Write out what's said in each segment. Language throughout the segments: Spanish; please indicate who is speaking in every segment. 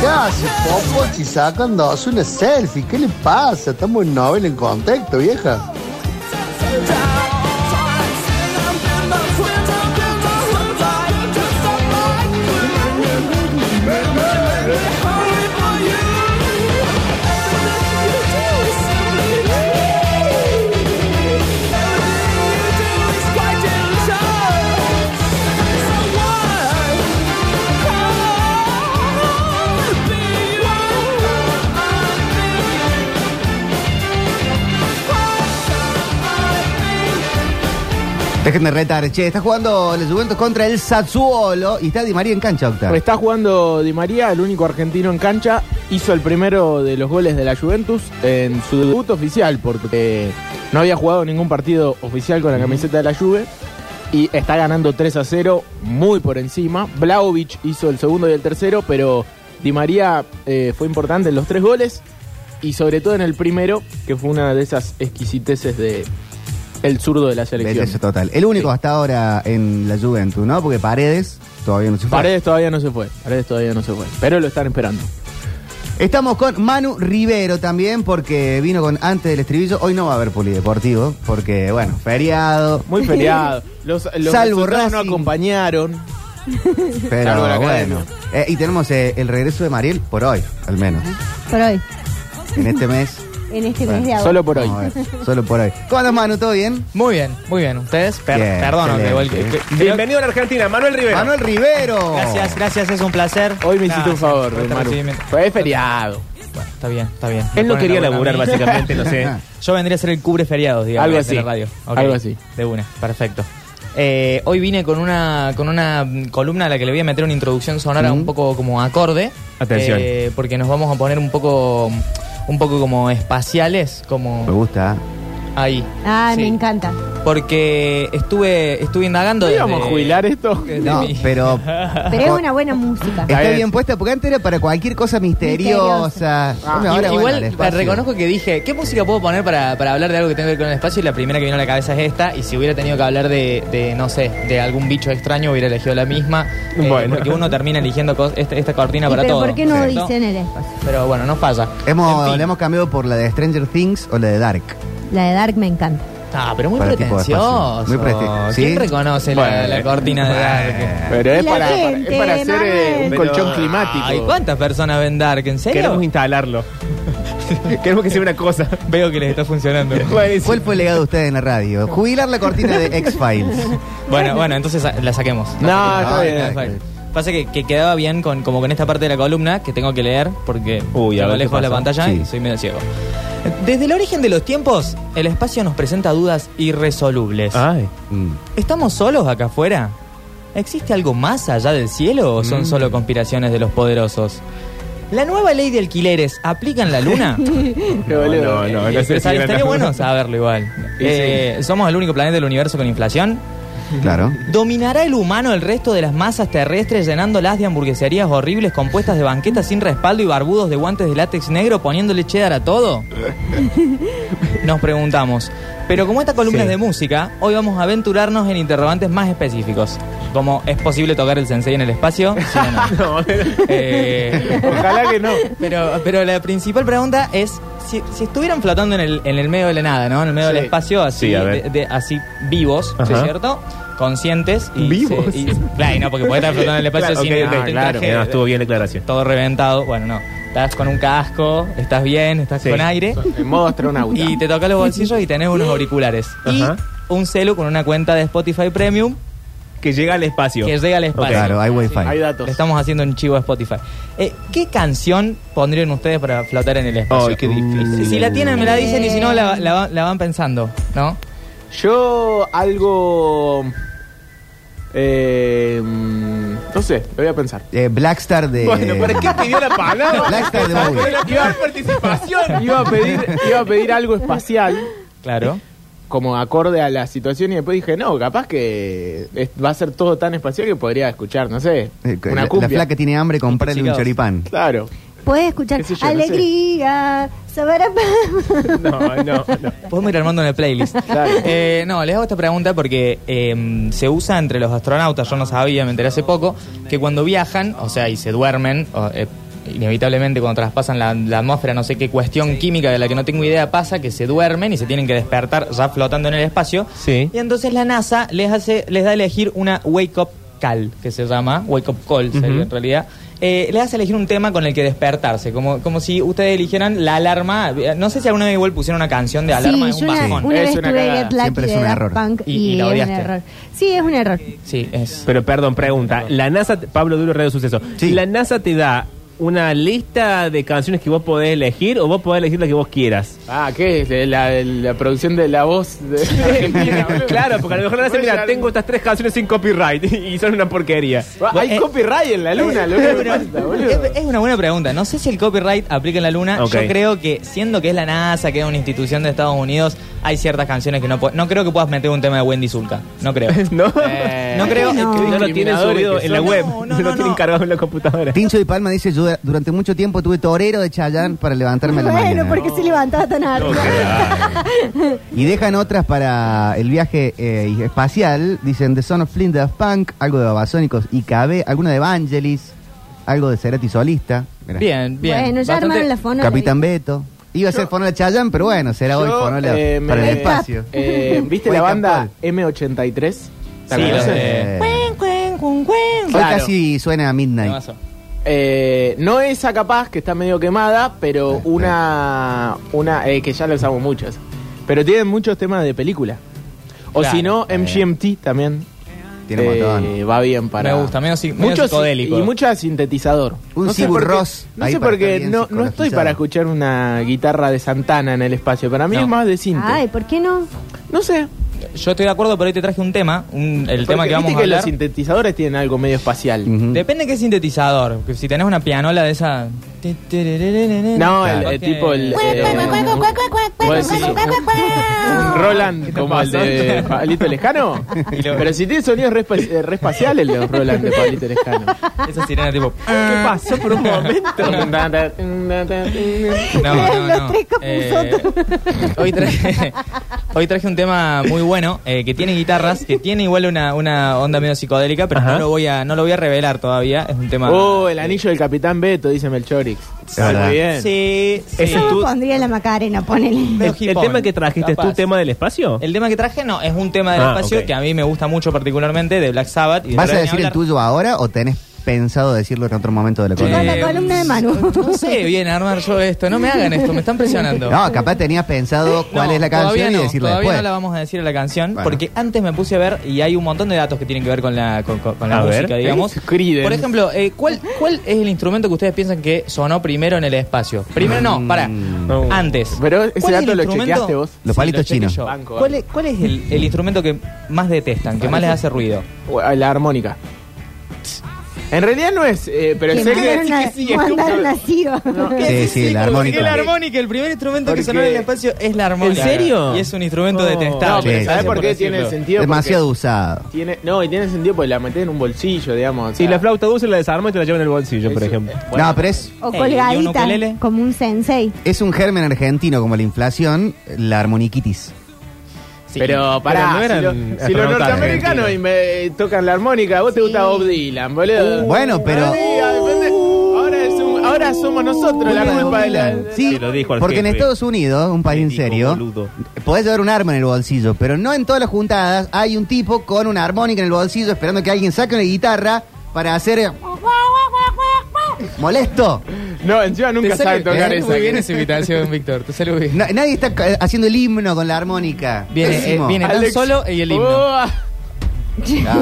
Speaker 1: ¿Qué hace Popochi sacándose una selfie? ¿Qué le pasa? Estamos en novela en contexto, vieja.
Speaker 2: Déjenme retar, che, está jugando el Juventus contra el Sassuolo y está Di María en cancha, Octavio.
Speaker 3: Está jugando Di María, el único argentino en cancha. Hizo el primero de los goles de la Juventus en su debut oficial, porque no había jugado ningún partido oficial con la camiseta de la Juve. Y está ganando 3 a 0, muy por encima. Blaovic hizo el segundo y el tercero, pero Di María eh, fue importante en los tres goles. Y sobre todo en el primero, que fue una de esas exquisiteces de el zurdo de la selección.
Speaker 2: Eso total. El único
Speaker 3: Sí.
Speaker 2: hasta ahora en la Juventus, ¿no? Porque Paredes todavía no se fue.
Speaker 3: Paredes todavía no se fue, Paredes todavía no se fue, pero lo están esperando.
Speaker 2: Estamos con Manu Rivero también, porque vino con antes del estribillo. Hoy no va a haber polideportivo, porque, bueno, feriado.
Speaker 3: Muy peleado. Los, los
Speaker 2: Salvo
Speaker 3: resultados no
Speaker 2: Racing.
Speaker 3: acompañaron.
Speaker 2: Pero
Speaker 3: Salvo la academia.
Speaker 2: bueno. Eh, y tenemos eh, el regreso de Mariel por hoy, al menos.
Speaker 4: Por hoy,
Speaker 2: En este mes.
Speaker 4: en este
Speaker 2: Bueno,
Speaker 4: mes de agosto.
Speaker 3: Solo por hoy.
Speaker 2: Vamos a ver, solo por hoy. ¿Cómo andas, Manu? ¿Todo bien?
Speaker 5: Muy bien, muy bien. Ustedes, Per-
Speaker 2: Bien,
Speaker 5: perdón,
Speaker 2: excelente.
Speaker 5: igual que- que-
Speaker 6: Bienvenido a la Argentina, Manuel Rivera.
Speaker 2: Manuel Rivero.
Speaker 5: Gracias, gracias, es un placer.
Speaker 3: Oh. Hoy me hiciste
Speaker 5: Nah,
Speaker 3: un favor,
Speaker 5: por este
Speaker 3: Maru.
Speaker 5: recibimiento.
Speaker 3: Fue feriado.
Speaker 5: Bueno, está bien, está bien. Me
Speaker 6: Él no
Speaker 5: ponen
Speaker 6: quería
Speaker 5: la buena
Speaker 6: laburar,
Speaker 5: a mí.
Speaker 6: básicamente, no sé.
Speaker 5: Yo vendría a ser el cubre feriados, digamos.
Speaker 3: Algo
Speaker 5: de
Speaker 3: así,
Speaker 5: la radio. Ok,
Speaker 3: algo así.
Speaker 5: De una, perfecto. Eh, hoy vine con una, con una mm, columna a la que le voy a meter una introducción sonora un poco como acorde.
Speaker 6: Atención.
Speaker 5: eh, porque nos vamos a poner un poco, un poco como espaciales,
Speaker 2: Me
Speaker 5: como
Speaker 2: gusta.
Speaker 5: ahí.
Speaker 4: Ah,
Speaker 5: Sí.
Speaker 4: me encanta.
Speaker 5: Porque estuve, estuve indagando.
Speaker 3: ¿No
Speaker 5: desde-
Speaker 3: íbamos a jubilar esto?
Speaker 5: desde
Speaker 2: No,
Speaker 5: mi-
Speaker 2: pero
Speaker 4: Pero es una buena música.
Speaker 2: está
Speaker 3: bien.
Speaker 2: bien puesta porque antes era para cualquier cosa misteriosa. Hombre, ahora, bueno,
Speaker 5: Ah, Igual
Speaker 2: el
Speaker 5: te
Speaker 2: espacio.
Speaker 5: reconozco que dije, ¿qué música puedo poner para, para hablar de algo que tenga que ver con el espacio? Y la primera que vino a la cabeza es esta. Y si hubiera tenido que hablar de, de, no sé, de algún bicho extraño, hubiera elegido la misma. Eh,
Speaker 6: Bueno.
Speaker 5: Porque uno termina eligiendo cos- este- esta cortina
Speaker 4: Y
Speaker 5: para
Speaker 4: pero
Speaker 5: todo.
Speaker 4: ¿por qué no
Speaker 5: ¿cierto?
Speaker 4: dicen el espacio?
Speaker 5: Pero bueno, no falla.
Speaker 2: Hemos,
Speaker 5: En fin.
Speaker 2: Le hemos cambiado por la de Stranger Things o la de Dark.
Speaker 4: La de Dark me encanta.
Speaker 5: Ah, pero muy
Speaker 2: Para el tipo de espacio.
Speaker 5: pretencioso.
Speaker 2: Muy prete-
Speaker 5: ¿Quién
Speaker 2: ¿sí?
Speaker 5: reconoce la,
Speaker 3: Bueno.
Speaker 5: la cortina de Dark?
Speaker 3: Pero es
Speaker 4: La
Speaker 3: para, para- es
Speaker 4: gente,
Speaker 3: para hacer eh,
Speaker 4: Manuel.
Speaker 3: un
Speaker 6: Pero-
Speaker 3: colchón climático.
Speaker 5: Ay, ¿cuántas personas ven Dark? ¿En serio?
Speaker 6: Queremos instalarlo. Queremos que sea una cosa.
Speaker 5: Veo que les está funcionando.
Speaker 2: ¿Cuál fue el legado de ustedes en la radio? Jubilar la cortina de X-Files.
Speaker 5: Bueno, bueno, entonces sa- la saquemos.
Speaker 3: No,
Speaker 5: saquemos.
Speaker 3: está
Speaker 2: bien,
Speaker 5: no,
Speaker 2: está bien.
Speaker 5: Pasa que, que quedaba bien con, como con esta parte de la columna que tengo que leer porque
Speaker 6: Uy, a
Speaker 5: tengo
Speaker 6: ver qué
Speaker 5: lejos la
Speaker 6: pasa.
Speaker 5: pantalla y
Speaker 2: Sí.
Speaker 5: soy medio ciego. Desde el origen de los tiempos, el espacio nos presenta dudas irresolubles.
Speaker 6: Ay.
Speaker 2: Mm.
Speaker 5: ¿Estamos solos acá afuera? ¿Existe algo más allá del cielo o son
Speaker 6: Mm.
Speaker 5: solo conspiraciones de los poderosos? ¿La nueva ley de alquileres aplica en la luna?
Speaker 3: Qué boludo.
Speaker 6: No, no, no,
Speaker 5: Eh,
Speaker 6: no sé si
Speaker 5: estaría
Speaker 6: era-
Speaker 5: bueno saberlo igual.
Speaker 3: Y
Speaker 5: Eh, ¿Somos el único planeta del universo con inflación?
Speaker 2: Claro.
Speaker 5: ¿Dominará el humano el resto de las masas terrestres llenándolas de hamburgueserías horribles compuestas de banquetas sin respaldo y barbudos de guantes de látex negro poniéndole cheddar a todo? Nos preguntamos. Pero como esta columna es de música, hoy vamos a aventurarnos en interrogantes más específicos. Como ¿es posible tocar el sensei en el espacio? Sí o no. Eh,
Speaker 3: Ojalá que no.
Speaker 5: pero, pero la principal pregunta es si, si estuvieran flotando en el, en el medio de la nada, ¿no? En el medio
Speaker 3: Sí.
Speaker 5: del espacio, así,
Speaker 6: Sí, a ver.
Speaker 5: de- de- así vivos, ¿sí es
Speaker 6: Ajá.
Speaker 5: cierto? Conscientes. Y
Speaker 6: ¿Vivos?
Speaker 5: se- y- claro, y no, porque podés estar flotando en el espacio
Speaker 6: Claro,
Speaker 5: sin
Speaker 6: ok,
Speaker 5: el-
Speaker 6: ok,
Speaker 5: el
Speaker 6: claro.
Speaker 5: traje,
Speaker 6: No, estuvo bien la declaración.
Speaker 5: todo reventado. Bueno, no. Estás con un casco, estás bien, estás
Speaker 6: Sí.
Speaker 5: con aire.
Speaker 3: En modo astronauta.
Speaker 5: Y te toca los bolsillos y tenés unos auriculares.
Speaker 6: Ajá.
Speaker 5: Y un celu con una cuenta de Spotify Premium
Speaker 6: Que llega al espacio.
Speaker 5: que llega al espacio.
Speaker 2: Claro, hay wifi.
Speaker 3: Hay datos.
Speaker 5: Le estamos haciendo un chivo a Spotify. Eh, ¿Qué canción pondrían ustedes para flotar en el espacio?
Speaker 6: Ay, qué difícil.
Speaker 5: Si la tienen, me la dicen y si no, la, la van- la van pensando, ¿no?
Speaker 3: Yo algo... eh, mm, no sé, lo voy a pensar.
Speaker 2: Eh, Blackstar de.
Speaker 6: Bueno, ¿para qué pidió la palabra?
Speaker 2: Blackstar de Bowie.
Speaker 6: la peor participación.
Speaker 3: Iba a pedir, iba a pedir algo espacial,
Speaker 5: Claro.
Speaker 3: como acorde a la situación, y después dije, no, capaz que es- va a ser todo tan espacial que podría escuchar, no sé,
Speaker 2: Eh,
Speaker 3: una
Speaker 2: la, la
Speaker 3: cumbia.
Speaker 2: flaca tiene hambre, comprarle un
Speaker 5: Chicos.
Speaker 2: choripán.
Speaker 3: Claro.
Speaker 4: Puedes escuchar
Speaker 3: Qué sé yo, no sé.
Speaker 4: Alegría, Sabarapá.
Speaker 6: No, no, no.
Speaker 5: Podemos ir armando una playlist.
Speaker 3: Claro.
Speaker 5: Eh, no, les hago esta pregunta porque eh, se usa entre los astronautas, yo no sabía, me enteré hace poco, que cuando viajan, o sea, y se duermen, o, eh, inevitablemente cuando traspasan la, la atmósfera, no sé qué cuestión química de la que no tengo idea pasa, que se duermen y se tienen que despertar ya flotando en el espacio.
Speaker 3: Sí.
Speaker 5: Y entonces la NASA les hace, les da a elegir una wake up call, que se llama, wake up call sería en realidad. Eh, les hace elegir un tema con el que despertarse, como, como si ustedes eligieran la alarma. eh, No sé si alguna vez igual pusieron una canción de alarma, es
Speaker 4: sí,
Speaker 5: un
Speaker 4: yo una,
Speaker 5: bajón.
Speaker 4: una
Speaker 6: Es
Speaker 4: vez
Speaker 6: una
Speaker 4: tuve
Speaker 6: cagada.
Speaker 4: Get Lucky
Speaker 2: Siempre es
Speaker 4: de
Speaker 2: un
Speaker 4: Daft
Speaker 2: error.
Speaker 4: Punk
Speaker 5: Y-
Speaker 4: y,
Speaker 5: y la
Speaker 4: es un
Speaker 5: odiaste.
Speaker 4: error. Sí, es un error.
Speaker 5: Sí, es.
Speaker 6: Pero perdón, pregunta. La NASA, te- Pablo Duro, Radio Suceso.
Speaker 2: Sí.
Speaker 6: ¿La NASA te da una lista de canciones que vos podés elegir o vos podés elegir la que vos quieras?
Speaker 3: Ah, ¿qué? es? De La, de la producción de la voz. de-
Speaker 6: claro, porque a lo mejor la NASA, mira, tengo estas tres canciones sin copyright y son una porquería.
Speaker 3: Hay
Speaker 5: Eh,
Speaker 3: copyright en la luna, lo que pasa, boludo.
Speaker 5: Es, es una buena pregunta. No sé si el copyright aplica en la luna.
Speaker 6: Ok.
Speaker 5: Yo creo que, siendo que es la NASA, que es una institución de Estados Unidos, hay ciertas canciones que no po- No creo que puedas meter un tema de Wendy Zulka. No creo.
Speaker 6: No,
Speaker 5: Eh, no creo.
Speaker 4: No.
Speaker 6: no lo tienen subido en la
Speaker 5: son.
Speaker 6: web,
Speaker 5: No,
Speaker 6: no,
Speaker 5: no,
Speaker 6: lo
Speaker 5: no,
Speaker 6: tienen
Speaker 5: no.
Speaker 6: cargado en la computadora.
Speaker 2: Tincho y Palma dice, yo durante mucho tiempo tuve torero de Chayán para levantarme a la
Speaker 4: Bueno,
Speaker 2: mañana.
Speaker 4: porque se levantaba tan
Speaker 6: No,
Speaker 4: arriba.
Speaker 6: claro.
Speaker 2: Y dejan otras para el viaje eh, espacial. Dicen The Son of Flint, Daft Punk, algo de Babasónicos, IKB, alguna de Evangelis, algo de Cerati Solista. Mirá.
Speaker 5: Bien, bien.
Speaker 4: Bueno, ya
Speaker 5: Bastante-
Speaker 4: armaron la fonola.
Speaker 2: Capitán Beto. Iba a ser Fonola Chayán, pero bueno, será hoy
Speaker 3: Yo,
Speaker 2: Fonola
Speaker 3: eh,
Speaker 2: para
Speaker 3: me-
Speaker 2: el espacio.
Speaker 3: Eh, ¿Viste
Speaker 2: Wake
Speaker 3: la
Speaker 2: up
Speaker 3: banda
Speaker 2: call.
Speaker 3: M83? ¿Te
Speaker 5: Sí,
Speaker 3: acordás?
Speaker 5: lo de-
Speaker 2: Eh,
Speaker 5: Cuen, cuen, cuen,
Speaker 2: hoy
Speaker 5: cuen.
Speaker 3: claro.
Speaker 2: casi suena a Midnight.
Speaker 5: Temazo.
Speaker 3: Eh, no esa capaz, que está medio quemada, pero una. una eh, que ya lo usamos muchos. Pero tienen muchos temas de película. O
Speaker 5: Claro.
Speaker 3: si no, MGMT también.
Speaker 2: Eh. Tiene
Speaker 3: eh,
Speaker 2: un montón.
Speaker 3: Va bien para.
Speaker 5: Me gusta, medio si- medio
Speaker 3: Mucho si-
Speaker 5: psicodélico.
Speaker 3: Y mucha sintetizador.
Speaker 2: Un
Speaker 3: sé
Speaker 2: Sigur
Speaker 3: por qué-
Speaker 2: Rós
Speaker 3: No
Speaker 2: ahí
Speaker 3: sé
Speaker 2: para
Speaker 3: por qué
Speaker 2: estar bien
Speaker 3: no, no estoy
Speaker 2: psicologizado.
Speaker 3: para escuchar una guitarra de Santana en el espacio. Para mí
Speaker 5: No.
Speaker 3: es más de cinte.
Speaker 4: Ay, ¿por qué no?
Speaker 3: No sé.
Speaker 5: Yo estoy de acuerdo, pero hoy te traje un tema. un-
Speaker 3: Porque
Speaker 5: el tema que
Speaker 3: viste
Speaker 5: vamos a
Speaker 3: que los
Speaker 5: hablar.
Speaker 3: sintetizadores Mm. tienen algo medio espacial.
Speaker 2: Ujú.
Speaker 5: Depende qué sintetizador. que Si tenés una pianola de esa.
Speaker 3: No, el,
Speaker 5: Claro.
Speaker 3: el tipo el. eh, vos decís, un Roland como el de Pablito Lejano. Pero si tiene sonidos re, espa- eh, re espacial el de Roland de Pablito Lejano.
Speaker 5: Esa sirena tipo.
Speaker 6: ¿Qué pasó por un momento?
Speaker 5: No, no,
Speaker 4: Los
Speaker 5: no. Eh,
Speaker 4: tres
Speaker 5: hoy, traje, hoy traje un tema muy bueno eh, que tiene guitarras, que tiene igual una, una onda medio psicodélica, pero no lo voy a no lo voy a revelar todavía. Es un tema.
Speaker 3: Oh, el anillo del Capitán Beto, dice Melchorix.
Speaker 2: Es
Speaker 6: Ah,
Speaker 2: verdad.
Speaker 6: Muy bien.
Speaker 5: Sí, sí.
Speaker 6: Ese
Speaker 4: Yo
Speaker 6: tú-
Speaker 4: me pondría la Macarena, ponele.
Speaker 5: Medio
Speaker 6: El, el
Speaker 5: hipón,
Speaker 6: tema que trajiste es tu
Speaker 5: capaz.
Speaker 6: tema del espacio.
Speaker 5: El tema que traje no es un tema del
Speaker 6: Ah,
Speaker 5: espacio
Speaker 6: ok.
Speaker 5: que a mí me gusta mucho particularmente de Black Sabbath. Y
Speaker 2: ¿Vas a
Speaker 5: de
Speaker 2: decir el tuyo ahora o tenés pensado decirlo en otro momento de la
Speaker 4: Con
Speaker 2: columna?
Speaker 4: la columna de Manu.
Speaker 5: Eh, No sé bien armar yo esto, no me hagan esto, me están presionando.
Speaker 2: No, capaz tenías pensado cuál
Speaker 5: No,
Speaker 2: es la
Speaker 5: todavía
Speaker 2: canción
Speaker 5: no,
Speaker 2: y decirla
Speaker 5: todavía
Speaker 2: después.
Speaker 5: no la vamos a decir a la canción,
Speaker 2: Bueno.
Speaker 5: porque antes me puse a ver y hay un montón de datos que tienen que ver con la, con, con- con la
Speaker 6: A ver.
Speaker 5: música, digamos.
Speaker 3: Creedence.
Speaker 5: Por ejemplo, eh, ¿cuál, ¿cuál es el instrumento que ustedes piensan que sonó primero en el espacio? Primero no, para, antes.
Speaker 3: Mm. Pero ese
Speaker 5: ¿Cuál es el
Speaker 3: dato lo
Speaker 5: instrumento-
Speaker 3: chequeaste vos.
Speaker 2: Los palitos
Speaker 5: lo chequeé
Speaker 2: chinos.
Speaker 5: yo.
Speaker 3: Banco,
Speaker 5: ¿Cuál
Speaker 3: banco.
Speaker 5: es, cuál es el, el instrumento que más detestan, que más les hace ruido?
Speaker 3: O, ah, La armónica. En realidad no es, eh, pero sé que.
Speaker 4: mandaron a- mandaron a Ciro.
Speaker 2: Sí, sí, la armónica.
Speaker 5: La armónica, el primer instrumento que
Speaker 3: Porque-
Speaker 5: sonó en el espacio es la armónica.
Speaker 6: ¿En serio?
Speaker 5: Y es un instrumento
Speaker 6: No.
Speaker 3: No,
Speaker 5: detestable.
Speaker 3: pero
Speaker 2: Sí,
Speaker 3: ¿sabés
Speaker 2: sí,
Speaker 3: por
Speaker 2: por
Speaker 3: qué tiene
Speaker 6: decirlo.
Speaker 3: sentido? Porque
Speaker 2: Demasiado usado.
Speaker 3: Tiene, no, y tiene sentido porque la metés en un bolsillo, digamos. o
Speaker 6: Si
Speaker 3: sea,
Speaker 6: la flauta dulce la desarma y te la lleva en el bolsillo, por
Speaker 3: Eso.
Speaker 6: ejemplo.
Speaker 3: Bueno,
Speaker 2: no, pero es,
Speaker 4: O
Speaker 5: Ey, Eh, ¿y un
Speaker 4: colgadita,
Speaker 5: ukelele?
Speaker 4: como un sensei.
Speaker 2: es un germen argentino como la inflación, la armoniquitis.
Speaker 5: Sí.
Speaker 3: Pero
Speaker 6: Pero
Speaker 3: pará,
Speaker 6: no eran eh,
Speaker 3: si, lo- si los
Speaker 6: astronautas
Speaker 3: norteamericanos
Speaker 6: argentinos.
Speaker 3: y me tocan la armónica, vos te gusta Bob Dylan, boludo.
Speaker 2: bueno, pero-
Speaker 3: Amiga, depende- ahora, es un- ahora somos nosotros la
Speaker 2: Bob
Speaker 3: culpa de la.
Speaker 2: Dylan. Sí,
Speaker 6: Se lo dijo al
Speaker 2: porque en
Speaker 6: jefe.
Speaker 2: Estados Unidos, un país
Speaker 6: Le
Speaker 2: en
Speaker 6: dijo,
Speaker 2: serio,
Speaker 6: boludo.
Speaker 2: podés llevar un arma en el bolsillo, pero no en todas las juntadas hay un tipo con una armónica en el bolsillo esperando que alguien saque una guitarra para hacer... eh, ¿Molesto?
Speaker 3: No, encima nunca
Speaker 5: Te sale-
Speaker 3: saben tocar
Speaker 5: te sale
Speaker 3: esa.
Speaker 5: Muy bien esa invitación, Víctor. Te sale muy bien.
Speaker 2: Na- nadie está ca- haciendo el himno con la armónica.
Speaker 5: Viene, eh,
Speaker 2: Pésimo. Ah,
Speaker 5: viene. Tan solo y el himno.
Speaker 3: Oh,
Speaker 2: Claro.